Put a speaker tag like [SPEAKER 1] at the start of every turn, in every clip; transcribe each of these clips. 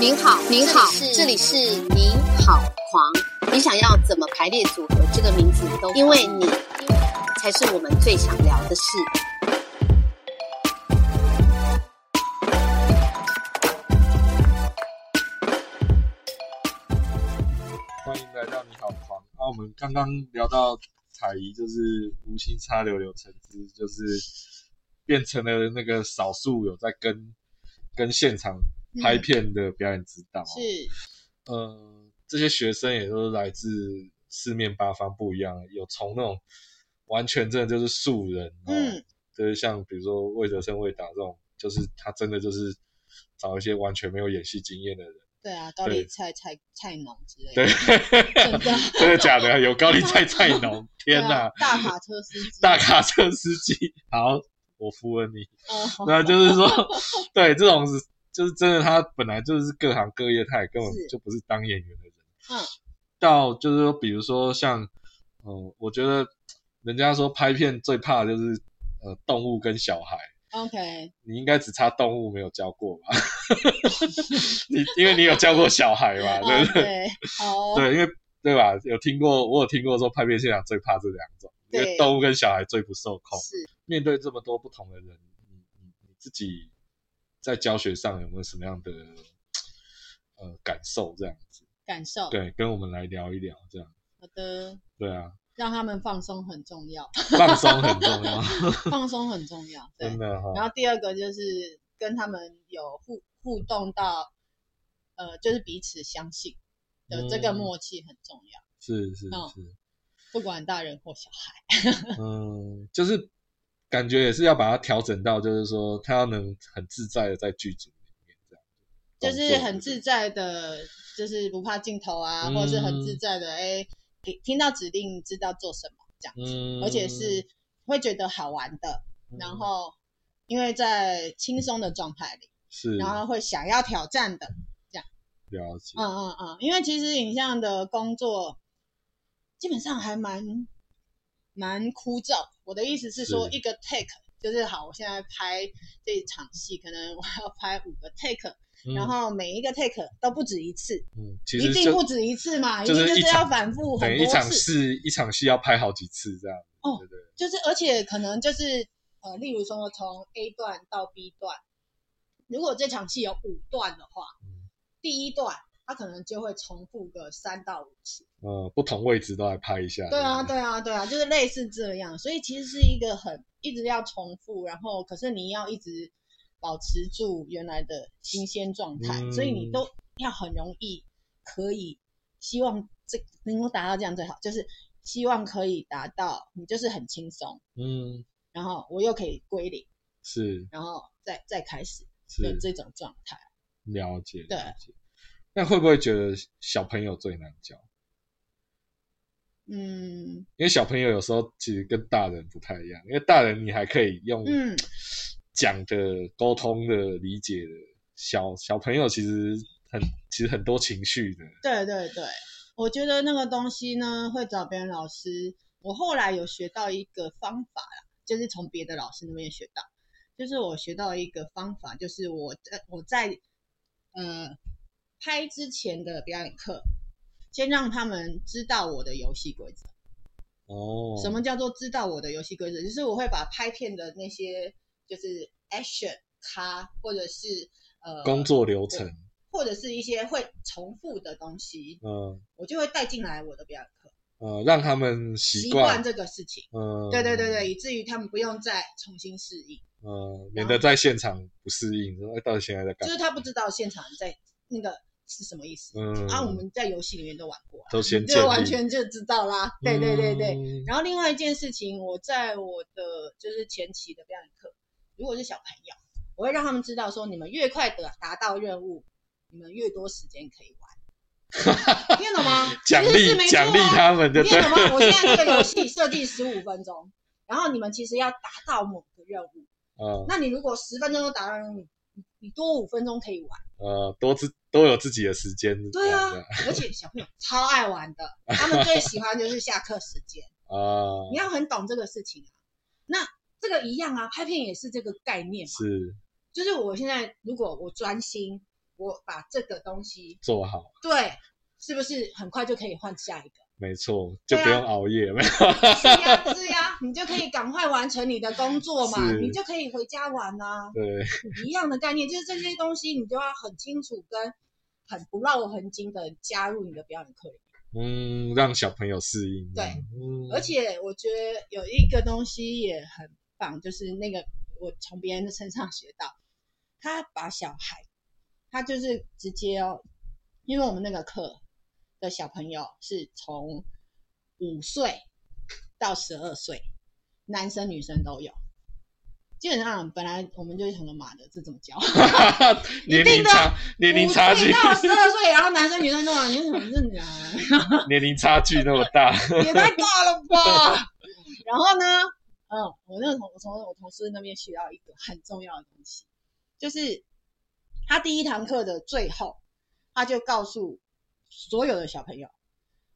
[SPEAKER 1] 您好，您好，这里是您好狂。你想要怎么排列组合这个名字都，因为你才是我们最想聊的事。
[SPEAKER 2] 欢迎来到你好狂。那、我们刚刚聊到彩怡，就是无心插柳柳橙汁，就是变成了那个少数有在跟跟现场拍片的表演指导、哦
[SPEAKER 1] 是
[SPEAKER 2] 呃，这些学生也都是来自四面八方不一样的，有从那种完全真的就是素人，哦、
[SPEAKER 1] 嗯，
[SPEAKER 2] 就是像比如说魏德胜、魏达这种，就是他真的就是找一些完全没有演戏经验的人，
[SPEAKER 3] 对啊，高丽菜菜菜农之类
[SPEAKER 2] 对
[SPEAKER 3] 的。， 真的
[SPEAKER 2] 真的假的？有高丽菜菜农，
[SPEAKER 3] 对
[SPEAKER 2] 天哪，
[SPEAKER 3] 啊，大卡车司机，
[SPEAKER 2] 大卡车司 机，好，我服了你。
[SPEAKER 3] 哦，
[SPEAKER 2] 那就 是说，对这种是就是真的，他本来就是各行各业，他也根本
[SPEAKER 3] 是
[SPEAKER 2] 就不是当演员的人。
[SPEAKER 3] 嗯，
[SPEAKER 2] 到就是说，比如说像，呃，我觉得人家说拍片最怕的就是呃动物跟小孩，
[SPEAKER 3] OK，
[SPEAKER 2] 你应该只差动物没有教过 吧？ 你因为你有教过小孩嘛，啊对
[SPEAKER 3] 哦
[SPEAKER 2] 不对？
[SPEAKER 3] 对，好，
[SPEAKER 2] 对，因为对吧？有听过，我有听过说拍片现场最怕这两种，因为
[SPEAKER 3] 对
[SPEAKER 2] 动物跟小孩最不受控。
[SPEAKER 3] 是
[SPEAKER 2] 面对这么多不同的人，你你你自己在教学上有没有什么样的呃感受？这样子，
[SPEAKER 3] 感受。
[SPEAKER 2] 对，跟我们来聊一聊，这样，
[SPEAKER 3] 好的，
[SPEAKER 2] 对啊，
[SPEAKER 3] 让他们放松很重 要，
[SPEAKER 2] 放松很重要，
[SPEAKER 3] 放松很重要。 对
[SPEAKER 2] 真，的哈、
[SPEAKER 3] 然后第二个就是跟他们有互互动到，呃，就是彼此相信，有这个
[SPEAKER 2] 嗯
[SPEAKER 3] 默契很重要，
[SPEAKER 2] 是是
[SPEAKER 3] 嗯
[SPEAKER 2] 是，
[SPEAKER 3] 不管大人或小孩。
[SPEAKER 2] 嗯，就是感觉也是要把它调整到，就是说他要能很自在的在剧组里面这样，
[SPEAKER 3] 就是很自在的，就是不怕镜头啊，或者是很自
[SPEAKER 2] 嗯
[SPEAKER 3] 在的，哎、给听到指令知道做什么这样子，
[SPEAKER 2] 嗯，
[SPEAKER 3] 而且是会觉得好玩的。
[SPEAKER 2] 嗯，
[SPEAKER 3] 然后因为在轻松的状态里，
[SPEAKER 2] 是
[SPEAKER 3] 然后会想要挑战的，
[SPEAKER 2] 了解，
[SPEAKER 3] 嗯嗯嗯，因为其实影像的工作基本上还蛮蛮枯燥。我的意思是说，
[SPEAKER 2] 是
[SPEAKER 3] 一个 take 就是好，我现在拍这一场戏，可能我要拍五个 take，、
[SPEAKER 2] 嗯
[SPEAKER 3] 然后每一个 take 都不止一次，
[SPEAKER 2] 嗯，其
[SPEAKER 3] 一
[SPEAKER 2] 实
[SPEAKER 3] 定
[SPEAKER 2] 就
[SPEAKER 3] 不止一次嘛，
[SPEAKER 2] 就是
[SPEAKER 3] 一定
[SPEAKER 2] 一
[SPEAKER 3] 就是要
[SPEAKER 2] 场
[SPEAKER 3] 反复
[SPEAKER 2] 等
[SPEAKER 3] 很
[SPEAKER 2] 于一
[SPEAKER 3] 多
[SPEAKER 2] 场
[SPEAKER 3] 次，
[SPEAKER 2] 戏一场戏要拍好几次这样，
[SPEAKER 3] 哦
[SPEAKER 2] 对对对，
[SPEAKER 3] 就是而且可能就是呃，例如说从 A 段到 B 段，如果这场戏有五段的话，
[SPEAKER 2] 嗯
[SPEAKER 3] 第一段它可能就会重复个三到五次。
[SPEAKER 2] 呃，不同位置都来拍一下，
[SPEAKER 3] 对啊，
[SPEAKER 2] 不
[SPEAKER 3] 对啊，对啊，就是类似这样，所以其实是一个很一直要重复，然后可是你要一直保持住原来的新鲜状态，
[SPEAKER 2] 嗯
[SPEAKER 3] 所以你都要很容易可以希望这能够达到这样最好，就是希望可以达到你就是很轻松，
[SPEAKER 2] 嗯，
[SPEAKER 3] 然后我又可以归零，
[SPEAKER 2] 是
[SPEAKER 3] 然后再再开始的
[SPEAKER 2] 是
[SPEAKER 3] 这种状态。
[SPEAKER 2] 了解，
[SPEAKER 3] 对
[SPEAKER 2] 了解。那会不会觉得小朋友最难教？
[SPEAKER 3] 嗯
[SPEAKER 2] 因为小朋友有时候其实跟大人不太一样，因为大人你还可以用
[SPEAKER 3] 嗯，
[SPEAKER 2] 讲的、沟通的、理解的，小小朋友其实很其实很多情绪的，
[SPEAKER 3] 对对对，我觉得那个东西呢，会找别人老师。我后来有学到一个方法啦，就是从别的老师那边学到，就是我学到一个方法，就是我在我在呃拍之前的表演课，先让他们知道我的游戏规则。
[SPEAKER 2] 哦，
[SPEAKER 3] 什么叫做知道我的游戏规则？就是我会把拍片的那些就是 action 卡或者是呃
[SPEAKER 2] 工作流程？
[SPEAKER 3] 或者是一些会重复的东西，
[SPEAKER 2] 嗯
[SPEAKER 3] 我就会带进来我的表演课，
[SPEAKER 2] 呃，让他们习
[SPEAKER 3] 习
[SPEAKER 2] 惯
[SPEAKER 3] 惯，这个事情。
[SPEAKER 2] 嗯，
[SPEAKER 3] 对对对对，，以至于他们不用再重新适应，
[SPEAKER 2] 嗯，免得在现场不适应，说哎，到底现在在
[SPEAKER 3] 就
[SPEAKER 2] 干嘛？
[SPEAKER 3] 是他不知道现场在那个是什么意思。
[SPEAKER 2] 嗯，
[SPEAKER 3] 啊，我们在游戏里面都玩过啊，
[SPEAKER 2] 都先建
[SPEAKER 3] 就
[SPEAKER 2] 立，
[SPEAKER 3] 完全就知道啦。对对对对。
[SPEAKER 2] 嗯
[SPEAKER 3] 然后另外一件事情，我在我的就是前期的表演课，如果是小朋友，我会让他们知道说，你们越快的达到任务，你们越多时间可以 玩，听得懂吗？
[SPEAKER 2] 奖
[SPEAKER 3] 其实是
[SPEAKER 2] 励
[SPEAKER 3] 没错啊
[SPEAKER 2] 奖励他们就
[SPEAKER 3] 你听
[SPEAKER 2] 对
[SPEAKER 3] 得懂吗？我现在这个 游戏设计十五分钟，然后你们其实要达到某个任务，
[SPEAKER 2] 嗯
[SPEAKER 3] 那你如果十分钟都达到任务，你你多五分钟可以玩。
[SPEAKER 2] 呃，多自都有自己的时间。
[SPEAKER 3] 对啊
[SPEAKER 2] 这样
[SPEAKER 3] 而且小朋友超爱玩的，他们最喜欢就是下课时间。
[SPEAKER 2] 啊，
[SPEAKER 3] 你要很懂这个事情啊。那这个一样啊，拍片也是这个概念嘛。
[SPEAKER 2] 是
[SPEAKER 3] 就是我现在如果我专心，我把这个东西
[SPEAKER 2] 做好，
[SPEAKER 3] 对，是不是很快就可以换下一个？
[SPEAKER 2] 没错，就不
[SPEAKER 3] 对啊
[SPEAKER 2] 用熬夜，没有
[SPEAKER 3] 是呀，是呀，你就可以赶快完成你的工作嘛，
[SPEAKER 2] 是
[SPEAKER 3] 你就可以回家玩啊，
[SPEAKER 2] 对，
[SPEAKER 3] 一样的概念，就是这些东西你就要很清楚跟很不绕痕迹的加入你的表演课里。
[SPEAKER 2] 嗯，让小朋友适应，
[SPEAKER 3] 对
[SPEAKER 2] 嗯，
[SPEAKER 3] 而且我觉得有一个东西也很棒，就是那个我从别人的身上学到，他把小孩，他就是直接哦，因为我们那个课的小朋友是从五岁到十二岁，男生女生都有。基本上本来我们就想说，妈的，这怎么教？
[SPEAKER 2] 年龄差年龄差距
[SPEAKER 3] 五岁到十二岁，然后男生女生都有，你怎么认人啊？
[SPEAKER 2] 年龄差距那么大，
[SPEAKER 3] 也太大了吧！ 然后呢，嗯，我那个同我从我同事那边学到一个很重要的东西，就是他第一堂课的最后，他就告诉所有的小朋友，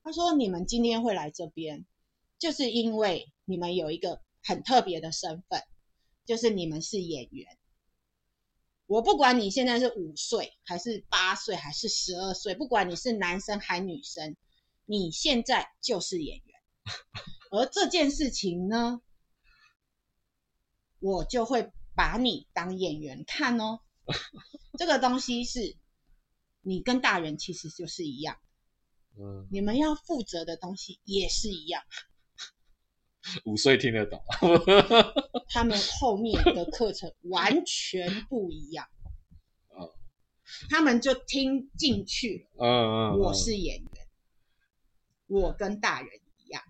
[SPEAKER 3] 他说：“你们今天会来这边，就是因为你们有一个很特别的身份，就是你们是演员。”我不管你现在是五岁还是八岁还是十二岁，不管你是男生还女生，你现在就是演员。而这件事情呢，我就会把你当演员看哦。这个东西是你跟大人其实就是一样，
[SPEAKER 2] 嗯，
[SPEAKER 3] 你们要负责的东西也是一样。
[SPEAKER 2] 五岁听得懂，
[SPEAKER 3] 他们后面的课程完全不一样
[SPEAKER 2] 哦，
[SPEAKER 3] 他们就听进去了。
[SPEAKER 2] 嗯嗯，
[SPEAKER 3] 我是演员，我跟大人一样，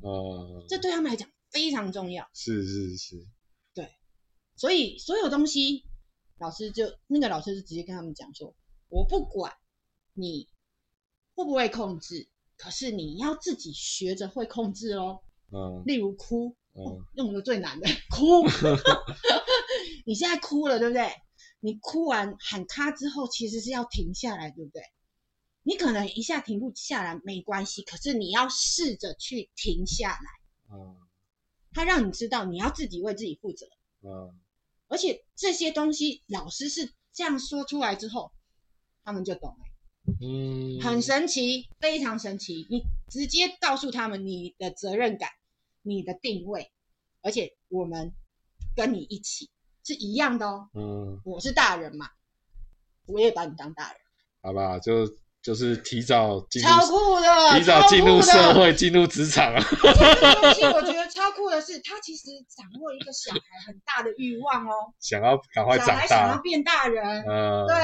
[SPEAKER 2] 嗯，
[SPEAKER 3] 这对他们来讲非常重要。
[SPEAKER 2] 是是是，
[SPEAKER 3] 所以所有东西，老师就那个老师就直接跟他们讲说，我不管你会不会控制，可是你要自己学着会控制哦。
[SPEAKER 2] 嗯
[SPEAKER 3] 例如哭，哦
[SPEAKER 2] 嗯，
[SPEAKER 3] 用的最难的哭，你现在哭了，对不对？你哭完喊咔之后，其实是要停下来，对不对？你可能一下停不下来没关系，可是你要试着去停下来，
[SPEAKER 2] 嗯
[SPEAKER 3] 他让你知道你要自己为自己负责。
[SPEAKER 2] 嗯，
[SPEAKER 3] 而且这些东西老师是这样说出来之后，他们就懂了。
[SPEAKER 2] 嗯，
[SPEAKER 3] 很神奇，非常神奇。你直接告诉他们你的责任感、你的定位，而且我们跟你一起是一样的哦。
[SPEAKER 2] 嗯，
[SPEAKER 3] 我是大人嘛，我也把你当大人，
[SPEAKER 2] 好吧，就就是提早进入，
[SPEAKER 3] 超酷的，
[SPEAKER 2] 提早进入
[SPEAKER 3] 超
[SPEAKER 2] 社
[SPEAKER 3] 酷的。
[SPEAKER 2] 会，进入职场啊，
[SPEAKER 3] 这个东西我觉得超酷的是，他其实掌握一个小孩很大的欲望哦，
[SPEAKER 2] 想要赶快
[SPEAKER 3] 小
[SPEAKER 2] 长
[SPEAKER 3] 孩想要
[SPEAKER 2] 大，
[SPEAKER 3] 变大人。
[SPEAKER 2] 嗯，
[SPEAKER 3] 对，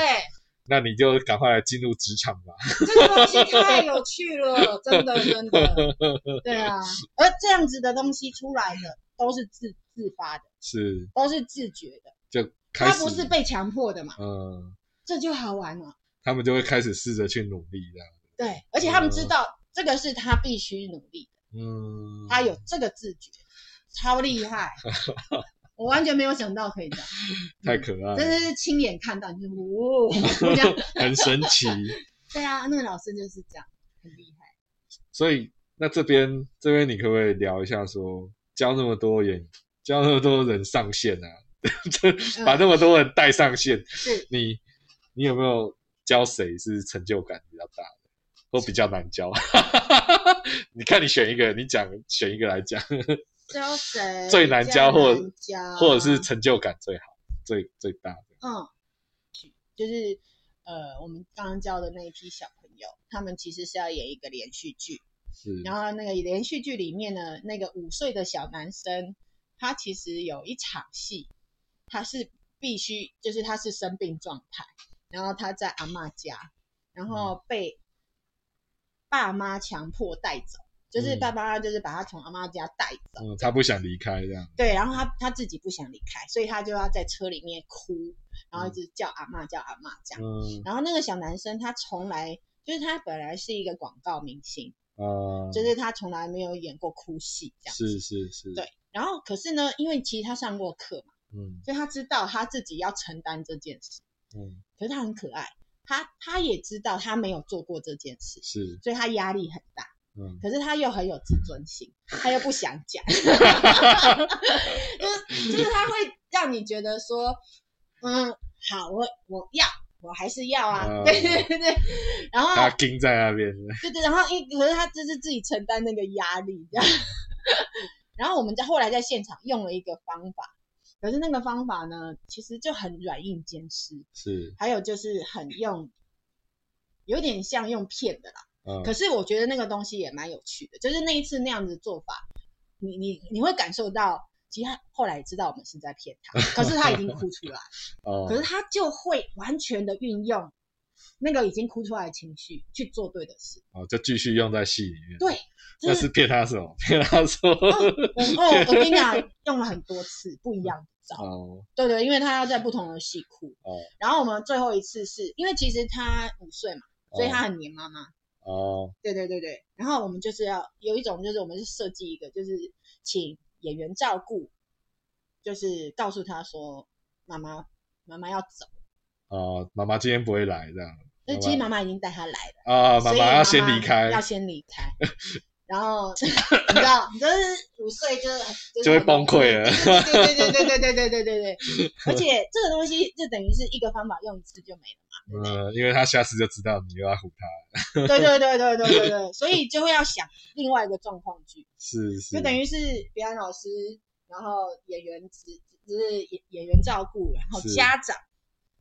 [SPEAKER 2] 那你就赶快来进入职场吧，
[SPEAKER 3] 这个东西太有趣了，真的真 的，对啊。而这样子的东西出来的都是自自发的，
[SPEAKER 2] 是，
[SPEAKER 3] 都是自觉的，
[SPEAKER 2] 就开
[SPEAKER 3] 他
[SPEAKER 2] 始，
[SPEAKER 3] 不是被强迫的嘛，
[SPEAKER 2] 嗯，
[SPEAKER 3] 这就好玩了。
[SPEAKER 2] 他们就会开始试着去努力这样，
[SPEAKER 3] 对，而且他们知道这个是他必须努力的，
[SPEAKER 2] 嗯，
[SPEAKER 3] 他有这个自觉，超厉 害。我完全没有想到可以这样，
[SPEAKER 2] 太可爱
[SPEAKER 3] 真
[SPEAKER 2] 了，
[SPEAKER 3] 的是亲眼看到，你就是哇，这样。
[SPEAKER 2] 很神奇，
[SPEAKER 3] 对啊，那个老师就是这样，很厉害。
[SPEAKER 2] 所以那这边这边你可不可以聊一下说教那么多人教那么多人上线啊，
[SPEAKER 3] 嗯
[SPEAKER 2] 这把那么多人带上线，
[SPEAKER 3] 是
[SPEAKER 2] 你你有没有教谁是成就感比较大的，或比较难教？ 你看你选一个，你讲选一个来讲，
[SPEAKER 3] 教谁
[SPEAKER 2] 最难教或
[SPEAKER 3] 比较难教
[SPEAKER 2] 或者是成就感最好最最大的，
[SPEAKER 3] 嗯，就是呃，我们刚刚教的那一批小朋友，他们其实是要演一个连续剧，
[SPEAKER 2] 是
[SPEAKER 3] 然后那个连续剧里面呢，那个五岁的小男生，他其实有一场戏，他是必须，就是他是生病状态，然后他在阿嬷家，然后被爸妈强迫带走，就是
[SPEAKER 2] 嗯
[SPEAKER 3] 爸妈就是把他从阿嬷家带走。
[SPEAKER 2] 嗯，他不想离开这样，
[SPEAKER 3] 对，然后他他自己不想离开，所以他就要在车里面哭，然后一直叫阿嬷叫阿嬷这样。
[SPEAKER 2] 嗯
[SPEAKER 3] 然后那个小男生他从来就是他本来是一个广告明星，
[SPEAKER 2] 啊，
[SPEAKER 3] 就是他从来没有演过哭戏这样。
[SPEAKER 2] 是是是，
[SPEAKER 3] 对，然后可是呢，因为其实他上过课嘛，
[SPEAKER 2] 嗯
[SPEAKER 3] 所以他知道他自己要承担这件事。
[SPEAKER 2] 嗯
[SPEAKER 3] 可是他很可爱，他他也知道他没有做过这件事，
[SPEAKER 2] 是
[SPEAKER 3] 所以他压力很大。
[SPEAKER 2] 嗯，
[SPEAKER 3] 可是他又很有自尊心，他又不想 讲，就是就是他会让你觉得说，嗯，好，我我要，我还是要啊，
[SPEAKER 2] 嗯
[SPEAKER 3] 对对对，然后
[SPEAKER 2] 他盯在那边，
[SPEAKER 3] 对对，然后一可是他就是自己承担那个压力这样。 然后我们在后来在现场用了一个方法，可是那个方法呢，其实就很软硬兼施，
[SPEAKER 2] 是，
[SPEAKER 3] 还有就是很用，有点像用骗的啦。
[SPEAKER 2] 嗯，
[SPEAKER 3] 可是我觉得那个东西也蛮有趣的，就是那一次那样子做法，你你你会感受到，其实他后来知道我们是在骗 他，可是他已经哭出来了，
[SPEAKER 2] 哦，
[SPEAKER 3] 可是他就会完全的运用那个已经哭出来的情绪去做对的事。
[SPEAKER 2] 哦，就继续用在戏里面。
[SPEAKER 3] 对，
[SPEAKER 2] 那
[SPEAKER 3] 就是
[SPEAKER 2] 是骗他什么？骗他说，
[SPEAKER 3] 我 哦，我跟你讲，用了很多次不一样的招。
[SPEAKER 2] 哦，
[SPEAKER 3] 对对，因为他要在不同的戏哭。
[SPEAKER 2] 哦
[SPEAKER 3] 然后我们最后一次是因为其实他五岁嘛，所以他很黏妈妈。
[SPEAKER 2] 哦，
[SPEAKER 3] 对对对对。然后我们就是要有一种就是我们是设计一个就是请演员照顾，就是告诉他说妈妈妈妈要走，
[SPEAKER 2] 哦，妈妈今天不会来这样。
[SPEAKER 3] 那
[SPEAKER 2] 妈妈
[SPEAKER 3] 其实妈妈已经带他来了，
[SPEAKER 2] 啊，妈
[SPEAKER 3] 所以
[SPEAKER 2] 妈要先离开，
[SPEAKER 3] 要先离开。然后 你知道，你就是五岁就是是
[SPEAKER 2] 就会崩溃了。
[SPEAKER 3] 对对对对对对对对 对对，而且这个东西就等于是一个方法用一次就没了。
[SPEAKER 2] 嗯，因为他下次就知道你又要唬他。
[SPEAKER 3] 对对对对对对对，所以就会要想另外一个状况剧，
[SPEAKER 2] 是是，
[SPEAKER 3] 就等于是表演老师，然后演员只就是演演员照顾，然后
[SPEAKER 2] 是
[SPEAKER 3] 家长。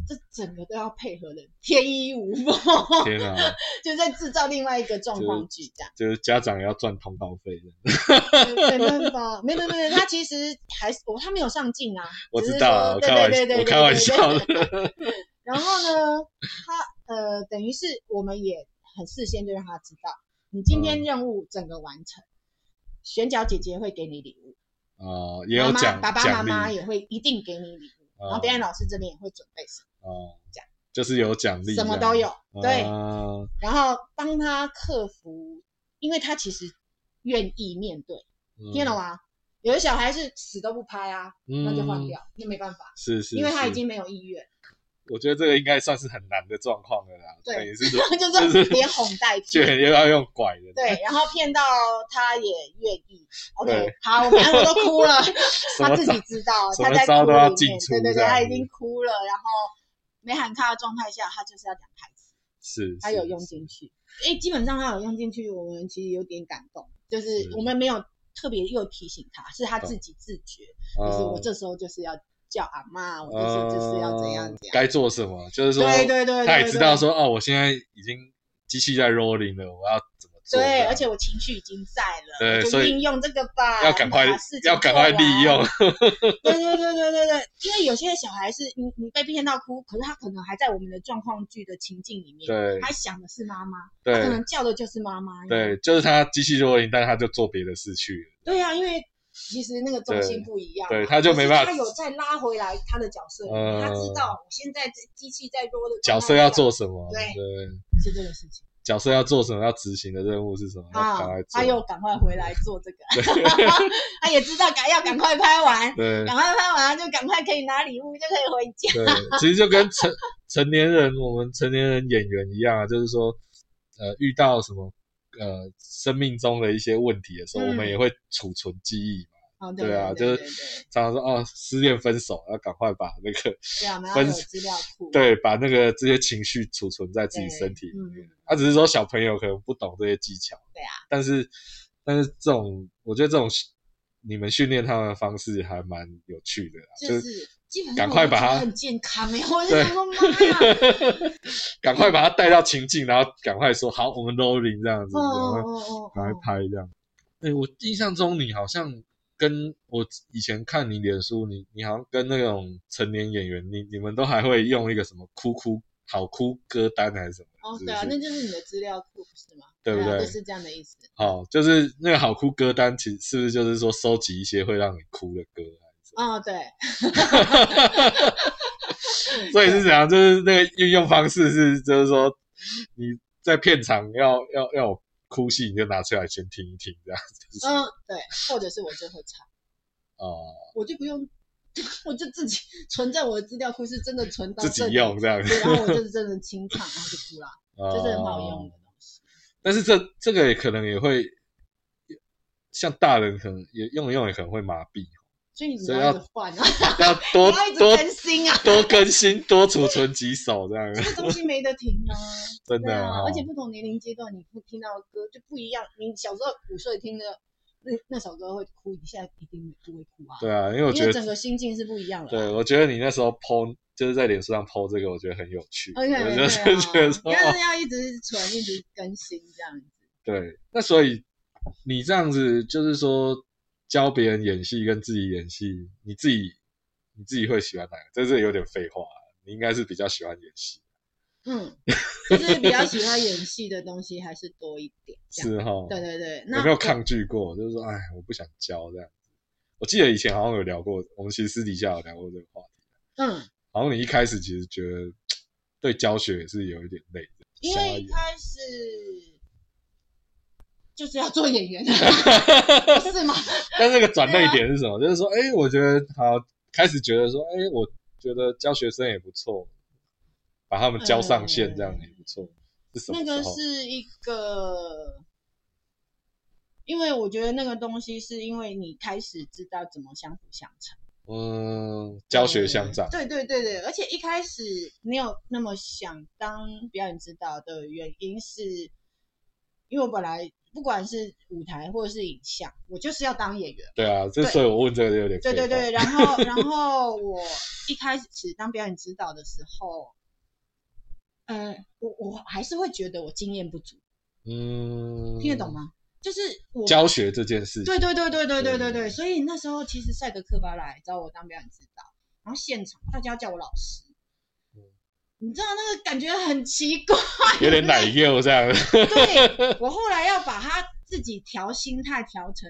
[SPEAKER 3] 这整个都要配合的天衣无缝，
[SPEAKER 2] 天啊，
[SPEAKER 3] 就在制造另外一个状况剧这样。
[SPEAKER 2] 就是家长要赚通告费的。
[SPEAKER 3] 没办法，没没没，他其实还是我哦他没有上镜啊，
[SPEAKER 2] 我
[SPEAKER 3] 只
[SPEAKER 2] 知
[SPEAKER 3] 是
[SPEAKER 2] 道啊，
[SPEAKER 3] 说
[SPEAKER 2] 我
[SPEAKER 3] 对
[SPEAKER 2] 开玩
[SPEAKER 3] 对对
[SPEAKER 2] 我
[SPEAKER 3] 对
[SPEAKER 2] 开玩
[SPEAKER 3] 对
[SPEAKER 2] 笑
[SPEAKER 3] 对
[SPEAKER 2] 的。
[SPEAKER 3] 然后呢，他呃，等于是我们也很事先就让他知道，你今
[SPEAKER 2] 嗯
[SPEAKER 3] 天任务整个完成，选角姐姐会给你礼物，
[SPEAKER 2] 哦，也
[SPEAKER 3] 妈
[SPEAKER 2] 有
[SPEAKER 3] 妈
[SPEAKER 2] 奖
[SPEAKER 3] 爸爸妈
[SPEAKER 2] 奖励
[SPEAKER 3] 妈也会一定给你礼物，然后
[SPEAKER 2] 嗯
[SPEAKER 3] 表演老师这边也会准备什
[SPEAKER 2] 哦
[SPEAKER 3] 奖，
[SPEAKER 2] 就是有奖
[SPEAKER 3] 么，
[SPEAKER 2] 励，
[SPEAKER 3] 什么都有，
[SPEAKER 2] 这
[SPEAKER 3] 对，
[SPEAKER 2] 样。啊
[SPEAKER 3] 然后帮他克服，因为他其实愿意面对，听得懂？吗？有的小孩是死都不拍啊，
[SPEAKER 2] 嗯
[SPEAKER 3] 那就换。掉，那没办法，
[SPEAKER 2] 是是，
[SPEAKER 3] 因为他已
[SPEAKER 2] 是
[SPEAKER 3] 经没有意愿，
[SPEAKER 2] 我觉得这个应该算是很难的状况了啦。
[SPEAKER 3] 对
[SPEAKER 2] 等于是
[SPEAKER 3] 就是连哄带
[SPEAKER 2] 就
[SPEAKER 3] 骗。
[SPEAKER 2] 又要用拐的，
[SPEAKER 3] 对，然后骗到他也愿意。OK，
[SPEAKER 2] 对
[SPEAKER 3] 好，我们两个都哭了，
[SPEAKER 2] 什
[SPEAKER 3] 他
[SPEAKER 2] 么
[SPEAKER 3] 自己知道，
[SPEAKER 2] 什
[SPEAKER 3] 他
[SPEAKER 2] 么
[SPEAKER 3] 在
[SPEAKER 2] 招
[SPEAKER 3] 哭
[SPEAKER 2] 都要
[SPEAKER 3] 里
[SPEAKER 2] 进
[SPEAKER 3] 面，
[SPEAKER 2] 出
[SPEAKER 3] 对对
[SPEAKER 2] 这
[SPEAKER 3] 对，
[SPEAKER 2] 样
[SPEAKER 3] 他已
[SPEAKER 2] 子
[SPEAKER 3] 经哭了，然后没喊卡的状态下，他就是要讲台词，
[SPEAKER 2] 是
[SPEAKER 3] 他有用进
[SPEAKER 2] 去，
[SPEAKER 3] 去。诶，基本上他有用进去，我们其实有点感动，就是
[SPEAKER 2] 是
[SPEAKER 3] 我们没有特别又提醒他，是他自己自觉，
[SPEAKER 2] 嗯哦
[SPEAKER 3] 就是我这时候就是要叫阿妈，我这时候就是要怎样
[SPEAKER 2] 嗯
[SPEAKER 3] 怎样。
[SPEAKER 2] 该做什么，就是说，
[SPEAKER 3] 对对对对，
[SPEAKER 2] 他也知道
[SPEAKER 3] 对
[SPEAKER 2] 说，哦，我现在已经机器在 rolling 了，我要怎么做？这
[SPEAKER 3] 对，
[SPEAKER 2] 样
[SPEAKER 3] 而且我情绪已经在了，
[SPEAKER 2] 对
[SPEAKER 3] 我就
[SPEAKER 2] 所以
[SPEAKER 3] 运用这个吧，
[SPEAKER 2] 要赶快
[SPEAKER 3] 把事情
[SPEAKER 2] 要赶快
[SPEAKER 3] 做完。
[SPEAKER 2] 利用。
[SPEAKER 3] 对对对对对对，因为有些小孩是你你被骗到哭，可是他可能还在我们的状况剧的情境里面，
[SPEAKER 2] 对
[SPEAKER 3] 他想的是妈妈，他可
[SPEAKER 2] 对
[SPEAKER 3] 能叫的就是妈妈。
[SPEAKER 2] 对，就是他机器 rolling，但他就做别的事去了。
[SPEAKER 3] 对啊，因为其实那个重心不一样嘛，
[SPEAKER 2] 对对他就
[SPEAKER 3] 可是
[SPEAKER 2] 没办法
[SPEAKER 3] 他有再拉回来他的角色里面，
[SPEAKER 2] 嗯
[SPEAKER 3] 他知道我现在这机器在多的
[SPEAKER 2] 角色要做什么？
[SPEAKER 3] 哦对
[SPEAKER 2] 对，
[SPEAKER 3] 是这个事情
[SPEAKER 2] 角色要做什么？要执行的任务是什么？要
[SPEAKER 3] 啊
[SPEAKER 2] 赶快，
[SPEAKER 3] 他
[SPEAKER 2] 做。
[SPEAKER 3] 又赶快回来做这个， 他也知道赶要赶快拍完。
[SPEAKER 2] 对
[SPEAKER 3] 赶快拍完就赶快可以拿礼物，就可以回家。
[SPEAKER 2] 对，其实就跟成成年人，我们成年人演员一样啊，就是说，呃，遇到什么呃生命中的一些问题的时候，
[SPEAKER 3] 嗯
[SPEAKER 2] 我们也会储存记忆嘛。
[SPEAKER 3] 哦，
[SPEAKER 2] 对啊，
[SPEAKER 3] 对
[SPEAKER 2] 就
[SPEAKER 3] 对
[SPEAKER 2] 是常常说哦，失恋分手，要赶快把那个
[SPEAKER 3] 对啊，我们要
[SPEAKER 2] 分
[SPEAKER 3] 有资料库。
[SPEAKER 2] 对，把那个这些情绪储存在自己身体里
[SPEAKER 3] 对
[SPEAKER 2] 面
[SPEAKER 3] 嗯。
[SPEAKER 2] 他、只是说小朋友可能不懂这些技巧，
[SPEAKER 3] 对啊，
[SPEAKER 2] 但是但是这种，我觉得这种你们训练他们的方式还蛮有趣的啦，啊
[SPEAKER 3] 就是是基本上
[SPEAKER 2] 赶快把它
[SPEAKER 3] 我觉得很健康哎，我就
[SPEAKER 2] 对
[SPEAKER 3] 想说妈 呀，
[SPEAKER 2] 赶快把他带到情境，然后赶快说好，我们 rolling 这样子，
[SPEAKER 3] 哦
[SPEAKER 2] 然后
[SPEAKER 3] 哦哦
[SPEAKER 2] 赶快
[SPEAKER 3] 哦，
[SPEAKER 2] 拍这样。哎、我印象中你好像跟我以前看你脸书，你你好像跟那种成年演员，你你们都还会用一个什么哭哭好哭歌单还是什么？
[SPEAKER 3] 哦
[SPEAKER 2] 是不
[SPEAKER 3] 对啊，
[SPEAKER 2] 是
[SPEAKER 3] 那就是你的资料库不是吗？
[SPEAKER 2] 对不
[SPEAKER 3] 啊就
[SPEAKER 2] 对
[SPEAKER 3] 是这样的意思。
[SPEAKER 2] 好，就是那个好哭歌单，其实是不是就是说收集一些会让你哭的歌？啊
[SPEAKER 3] 哦，对，
[SPEAKER 2] 所以是怎样？就是那个运用方式是，就是说你在片场要要要有哭戏，你就拿出来先听一听，这样子。
[SPEAKER 3] 嗯，对，或者是我就会唱，
[SPEAKER 2] 哦、
[SPEAKER 3] 我就不用， 我就自己 存在我的资料库，是真的存到
[SPEAKER 2] 自己
[SPEAKER 3] 这里
[SPEAKER 2] 用这样子，
[SPEAKER 3] 对然后我就是真的清唱，然后就哭了，
[SPEAKER 2] 哦
[SPEAKER 3] 这真的很好用的东西。
[SPEAKER 2] 但是这这个也可能也会像大人可能也用一用也可能会麻痹，
[SPEAKER 3] 所以你
[SPEAKER 2] 所以
[SPEAKER 3] 要
[SPEAKER 2] 要
[SPEAKER 3] 一直换 啊，
[SPEAKER 2] 要 多
[SPEAKER 3] 你要一直
[SPEAKER 2] 多
[SPEAKER 3] 更新啊，
[SPEAKER 2] 多更新，多储存几首这样，
[SPEAKER 3] 这东西没得停啊。
[SPEAKER 2] 真
[SPEAKER 3] 对
[SPEAKER 2] 的哦
[SPEAKER 3] 啊，
[SPEAKER 2] 哈
[SPEAKER 3] 而且不同年龄阶段，你会听到的歌就不一样。你小时候五岁听的那那首歌会哭，你现在一定不会哭啊，
[SPEAKER 2] 对啊，因为我
[SPEAKER 3] 因
[SPEAKER 2] 觉
[SPEAKER 3] 为
[SPEAKER 2] 得
[SPEAKER 3] 整个心境是不一样的啊。
[SPEAKER 2] 对，我觉得你那时候 PO 就是在脸书上 PO 这个，我觉得很有趣，我
[SPEAKER 3] OK，对
[SPEAKER 2] 就
[SPEAKER 3] 啊
[SPEAKER 2] 是 觉得说，哦
[SPEAKER 3] 但是要一直存，一直更新这样子。
[SPEAKER 2] 对，那所以你这样子就是说教别人演戏跟自己演戏，你自己你自己会喜欢哪个？这是有点废话啊，你应该是比较喜欢演戏，
[SPEAKER 3] 嗯，就是比较喜欢演戏的东西还是多一点。这样
[SPEAKER 2] 是哈？
[SPEAKER 3] 对对对，那
[SPEAKER 2] 有没有
[SPEAKER 3] 我
[SPEAKER 2] 抗拒过？就是说，哎，我不想教这样。我记得以前好像有聊过，我们其实私底下有聊过这个话题。
[SPEAKER 3] 嗯，
[SPEAKER 2] 好像你一开始其实觉得对教学也是有一点累的，
[SPEAKER 3] 因
[SPEAKER 2] 想要
[SPEAKER 3] 为一
[SPEAKER 2] 演
[SPEAKER 3] 开始就是要做演 员，是吗？
[SPEAKER 2] 但那个转
[SPEAKER 3] 啊
[SPEAKER 2] 泪点是什么？就是说，哎、我觉得好，开始觉得说，哎、我觉得教学生也不错，把他们教上线这样也不错，是什么
[SPEAKER 3] 嗯那
[SPEAKER 2] 时
[SPEAKER 3] 个
[SPEAKER 2] 候？
[SPEAKER 3] 是一个，因为我觉得那个东西是因为你开始知道怎么相辅相成，
[SPEAKER 2] 嗯，教学相长，
[SPEAKER 3] 哦对对对对，而且一开始没有那么想当表演指导的原因是，因为我本来不管是舞台或者是影像，我就是要当演员。
[SPEAKER 2] 对啊，这
[SPEAKER 3] 对
[SPEAKER 2] 所以我问这个有点
[SPEAKER 3] 对对
[SPEAKER 2] 废话
[SPEAKER 3] 对，然后然后我一开始当表演指导的时候，嗯、我我还是会觉得我经验不足，
[SPEAKER 2] 嗯，
[SPEAKER 3] 听得懂？吗？就是我
[SPEAKER 2] 教学这件事情，
[SPEAKER 3] 对对对对对对对
[SPEAKER 2] 对
[SPEAKER 3] 对，所以那时候其实赛德克巴莱来找我当表演指导，然后现场大家叫我老师
[SPEAKER 2] 嗯，
[SPEAKER 3] 你知道那个感觉很奇怪，
[SPEAKER 2] 有点奶幼这样，
[SPEAKER 3] 对我后来要把他自己调心态调成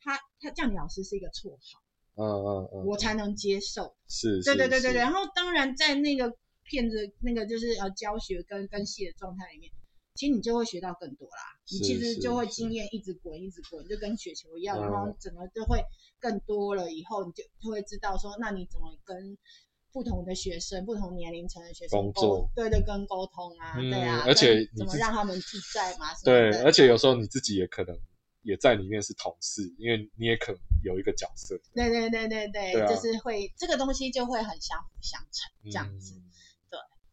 [SPEAKER 3] 他他叫你老师是一个绰号，
[SPEAKER 2] 嗯嗯嗯，
[SPEAKER 3] 我才能接受。
[SPEAKER 2] 是，
[SPEAKER 3] 对对对
[SPEAKER 2] 是
[SPEAKER 3] 对对，
[SPEAKER 2] 是
[SPEAKER 3] 然后当然在那个片子那个就是呃教学跟跟戏的状态里面，其实你就会学到更多啦，你
[SPEAKER 2] 是
[SPEAKER 3] 其实
[SPEAKER 2] 是
[SPEAKER 3] 就会
[SPEAKER 2] 是
[SPEAKER 3] 经验一直滚一直滚，就跟雪球一样，
[SPEAKER 2] 嗯
[SPEAKER 3] 然后整个就会更多了，以后你就就会知道说，那你怎么跟。不同的学生，不同年龄层的学生
[SPEAKER 2] 工
[SPEAKER 3] 沟
[SPEAKER 2] 作，
[SPEAKER 3] 对对，跟沟通啊，
[SPEAKER 2] 嗯
[SPEAKER 3] 对啊，
[SPEAKER 2] 而且
[SPEAKER 3] 跟
[SPEAKER 2] 你
[SPEAKER 3] 怎么
[SPEAKER 2] 自己
[SPEAKER 3] 让他们自在嘛，什么
[SPEAKER 2] 对，
[SPEAKER 3] 的
[SPEAKER 2] 而且有时候你自己也可能也在里面是同事，因为你也可能有一个角色，嗯
[SPEAKER 3] 对对对对对，
[SPEAKER 2] 对啊
[SPEAKER 3] 就是会这个东西就会很相辅相成这样子。
[SPEAKER 2] 嗯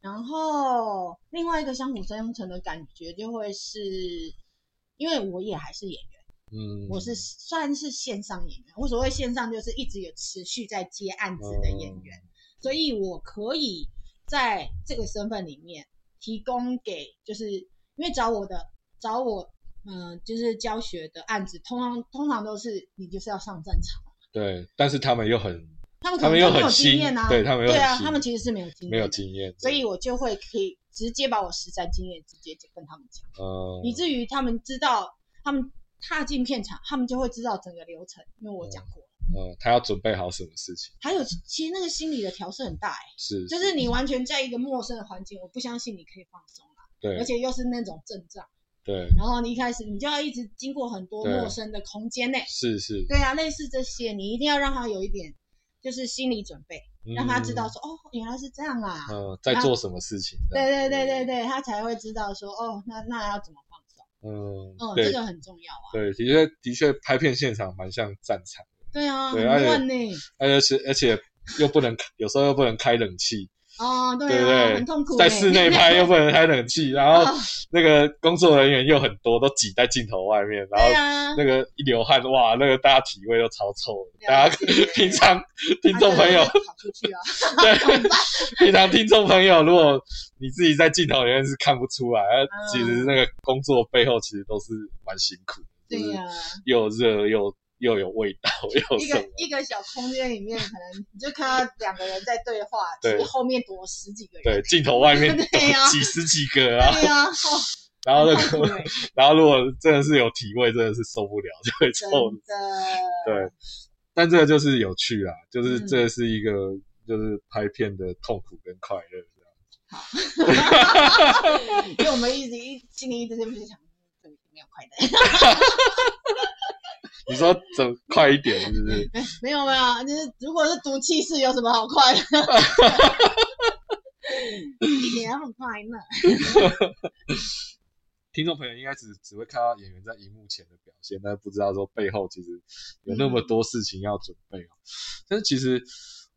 [SPEAKER 3] 然后另外一个相辅相成的感觉就会是，因为我也还是演员，
[SPEAKER 2] 嗯，
[SPEAKER 3] 我是算是线上演员。我所谓线上就是一直有持续在接案子的演员，
[SPEAKER 2] 哦
[SPEAKER 3] 所以我可以在这个身份里面提供给，就是因为找我的找我。嗯，就是教学的案子，通常通常都是你就是要上战场，
[SPEAKER 2] 对，但是他们又很
[SPEAKER 3] 他们可能
[SPEAKER 2] 他们
[SPEAKER 3] 就
[SPEAKER 2] 又
[SPEAKER 3] 没有
[SPEAKER 2] 很
[SPEAKER 3] 经
[SPEAKER 2] 新
[SPEAKER 3] 验啊，
[SPEAKER 2] 对他们又很
[SPEAKER 3] 啊，
[SPEAKER 2] 新
[SPEAKER 3] 他们其实是没有经验的，
[SPEAKER 2] 没有经验，
[SPEAKER 3] 所以我就会可以直接把我实战经验直接就跟他们讲，
[SPEAKER 2] 呃，
[SPEAKER 3] 以至于他们知道，他们踏进片场，他们就会知道整个流程，因为我讲过了。
[SPEAKER 2] 呃，他要准备好什么事情？
[SPEAKER 3] 还有，其实那个心理的调试很大、欸，
[SPEAKER 2] 是，
[SPEAKER 3] 就是你完全在一个陌生的环境，我不相信你可以放松啦，
[SPEAKER 2] 对
[SPEAKER 3] 而且又是那种阵仗，
[SPEAKER 2] 对，
[SPEAKER 3] 然后你一开始你就要一直经过很多
[SPEAKER 2] 对
[SPEAKER 3] 陌生的空间内、
[SPEAKER 2] 是是，
[SPEAKER 3] 对啊，类似这些，你一定要让他有一点就是心理准备，让他知道说，哦，原来是这样啊，
[SPEAKER 2] 嗯，呃，在做什么事情？这
[SPEAKER 3] 对对
[SPEAKER 2] 样
[SPEAKER 3] 对对，对，他才会知道说，哦，那那要怎么放松。
[SPEAKER 2] 嗯，
[SPEAKER 3] 嗯，这
[SPEAKER 2] 对
[SPEAKER 3] 个很重要啊。
[SPEAKER 2] 对，的确的确，拍片现场蛮像战场，
[SPEAKER 3] 对啊，很
[SPEAKER 2] 对而且
[SPEAKER 3] 乱呢、
[SPEAKER 2] 而且而且又不能，有时候又不能开冷气，
[SPEAKER 3] 哦，对
[SPEAKER 2] 对不
[SPEAKER 3] 啊，
[SPEAKER 2] 对？
[SPEAKER 3] 很痛苦、
[SPEAKER 2] 在室 内拍又不能开冷气，然后
[SPEAKER 3] 哦
[SPEAKER 2] 那个工作人员又很多，都挤在镜头外面，然
[SPEAKER 3] 对
[SPEAKER 2] 后
[SPEAKER 3] 啊，
[SPEAKER 2] 那个一流汗，哇，那个大家体味都超臭的，大家
[SPEAKER 3] 了解
[SPEAKER 2] 平常听众 朋友
[SPEAKER 3] 啊。这个就跑出 去啊，
[SPEAKER 2] 对，平常听众朋友，如果你自己在镜头里面是看不出来，呃
[SPEAKER 3] 嗯
[SPEAKER 2] 其实那个工作背后其实都是蛮辛苦的，
[SPEAKER 3] 对呀、
[SPEAKER 2] 又热又又有味道， 又
[SPEAKER 3] 一
[SPEAKER 2] 嗯什
[SPEAKER 3] 个
[SPEAKER 2] 么？
[SPEAKER 3] 一个小空间里面，可能你就看到两个人在对话，
[SPEAKER 2] 对
[SPEAKER 3] 其实后面躲十几个人，
[SPEAKER 2] 对，镜头外面
[SPEAKER 3] 对呀
[SPEAKER 2] 几十几个啊，
[SPEAKER 3] 对啊，
[SPEAKER 2] 然后
[SPEAKER 3] 哦，
[SPEAKER 2] 那
[SPEAKER 3] 很痛苦
[SPEAKER 2] 个，
[SPEAKER 3] 欸
[SPEAKER 2] 然后如果真的是有体味，真的是受不了，就会
[SPEAKER 3] 真
[SPEAKER 2] 臭。
[SPEAKER 3] 的，
[SPEAKER 2] 对，但这个就是有趣啊，就是这是一个就是拍片的痛苦跟快乐这样。
[SPEAKER 3] 因为我们一直一心里一直就是想，怎么没有快乐？
[SPEAKER 2] 你说怎快一点是不是？
[SPEAKER 3] 没有没有，就是如果是毒气室，有什么好快乐？ 一点都不快乐。
[SPEAKER 2] 听众朋友应该只只会看到演员在荧幕前的表现，但不知道说背后其实有那么多事情要准备哦。但是其实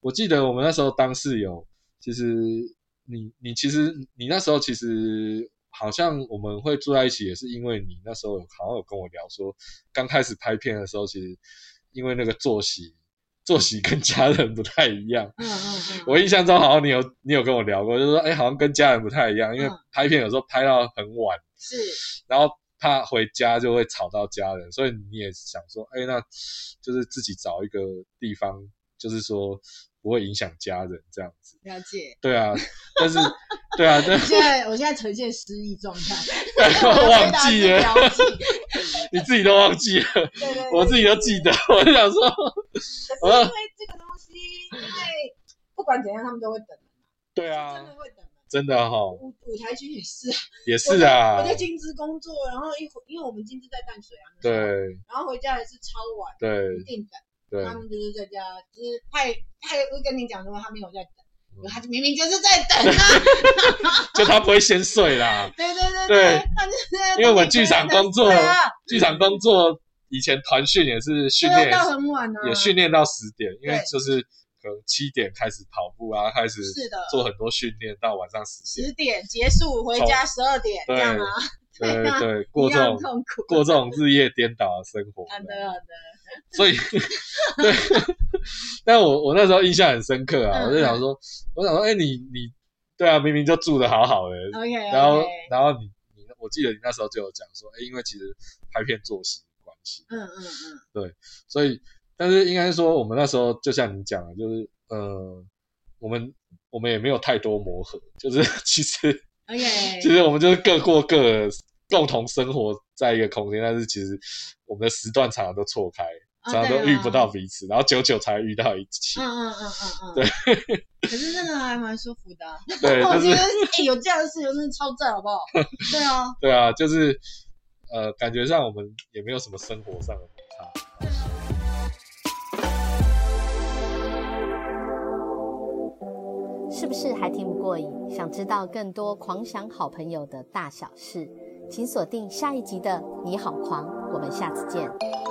[SPEAKER 2] 我记得我们那时候当室友，其实你你其实你那时候其实好像我们会住在一起，也是因为你那时候有好像有跟我聊说，刚开始拍片的时候，其实因为那个作息作息跟家人不太一样，
[SPEAKER 3] 嗯嗯嗯，
[SPEAKER 2] 我印象中好像你有你有跟我聊过，就是说，哎、好像跟家人不太一样，因为
[SPEAKER 3] 嗯
[SPEAKER 2] 拍片有时候拍到很晚，
[SPEAKER 3] 是
[SPEAKER 2] 然后怕回家就会吵到家人，所以你也想说，哎、那就是自己找一个地方，就是说不会影响家人这样子。
[SPEAKER 3] 了解。
[SPEAKER 2] 对啊，但是对 啊，但
[SPEAKER 3] 现在我现在呈现失忆状态，
[SPEAKER 2] 忘记 了，
[SPEAKER 3] 了解。
[SPEAKER 2] 你自己都忘记了，
[SPEAKER 3] 对对对，
[SPEAKER 2] 我自己都记得，我就想 说，
[SPEAKER 3] 可是因为这个东西，因为不管怎样，他们都会等，
[SPEAKER 2] 对
[SPEAKER 3] 真
[SPEAKER 2] 啊
[SPEAKER 3] 的，会等。
[SPEAKER 2] 真的哈、
[SPEAKER 3] 舞舞台剧也是啊，
[SPEAKER 2] 也是啊
[SPEAKER 3] 我，在金枝工作，然后一回因为我们金枝在淡水啊，那时候，
[SPEAKER 2] 对
[SPEAKER 3] 然后回家也是超晚，
[SPEAKER 2] 对
[SPEAKER 3] 一定等。
[SPEAKER 2] 对，
[SPEAKER 3] 他们就是在家，就是他也他也会跟你讲说他没有在
[SPEAKER 2] 嗯
[SPEAKER 3] 等，他就明明就是在等 啊，
[SPEAKER 2] 就他不会先睡啦。
[SPEAKER 3] 对对对
[SPEAKER 2] 对，
[SPEAKER 3] 他就是在
[SPEAKER 2] 因为我们剧场工作
[SPEAKER 3] 对啊，
[SPEAKER 2] 剧场工作以前团训也是训
[SPEAKER 3] 对
[SPEAKER 2] 练
[SPEAKER 3] 啊，到很晚啊，
[SPEAKER 2] 也训练到十点，因为
[SPEAKER 3] 对
[SPEAKER 2] 就是可能七点开始跑步啊，开始
[SPEAKER 3] 是的
[SPEAKER 2] 做很多训练到晚上十点
[SPEAKER 3] 十，点结束回家十二点，
[SPEAKER 2] 对
[SPEAKER 3] 这样吗？
[SPEAKER 2] 对
[SPEAKER 3] 对
[SPEAKER 2] 对
[SPEAKER 3] 啊
[SPEAKER 2] 对，
[SPEAKER 3] 一
[SPEAKER 2] 过这
[SPEAKER 3] 样
[SPEAKER 2] 种
[SPEAKER 3] 痛啊苦。
[SPEAKER 2] 过这种日夜颠倒的生活，
[SPEAKER 3] 好的好的，
[SPEAKER 2] 所以 对，但我我那时候印象很深刻啊，
[SPEAKER 3] 嗯
[SPEAKER 2] 我就想说，我想说，哎，你你对啊，明明就住的好好的，
[SPEAKER 3] OK OK，
[SPEAKER 2] 然后然后你你，我记得你那时候就有讲说，哎，因为其实拍片作息的关系，
[SPEAKER 3] 嗯嗯嗯，
[SPEAKER 2] 所以，但是应该说，我们那时候就像你讲的，就是呃，我们我们也没有太多磨合，就是 其实
[SPEAKER 3] OK，
[SPEAKER 2] 其实我们 就是各过各的，共同生活在一个空间，但是其实我们的时段常常都错开，
[SPEAKER 3] 啊
[SPEAKER 2] 常常都遇不。
[SPEAKER 3] 对啊
[SPEAKER 2] 到彼此，然后久久才遇到一起。
[SPEAKER 3] 嗯嗯嗯嗯嗯，对。可是真的还蛮舒服的啊，
[SPEAKER 2] 对，
[SPEAKER 3] 我
[SPEAKER 2] 就
[SPEAKER 3] 觉得
[SPEAKER 2] 是
[SPEAKER 3] 哎有这样的事情真的超赞，好 不好？对啊，
[SPEAKER 2] 对啊，就是呃，感觉上我们也没有什么生活上的摩擦。
[SPEAKER 1] 是不是还听不过瘾？想知道更多狂想好朋友的大小事，请锁定下一集的《你好狂》，我们下次见。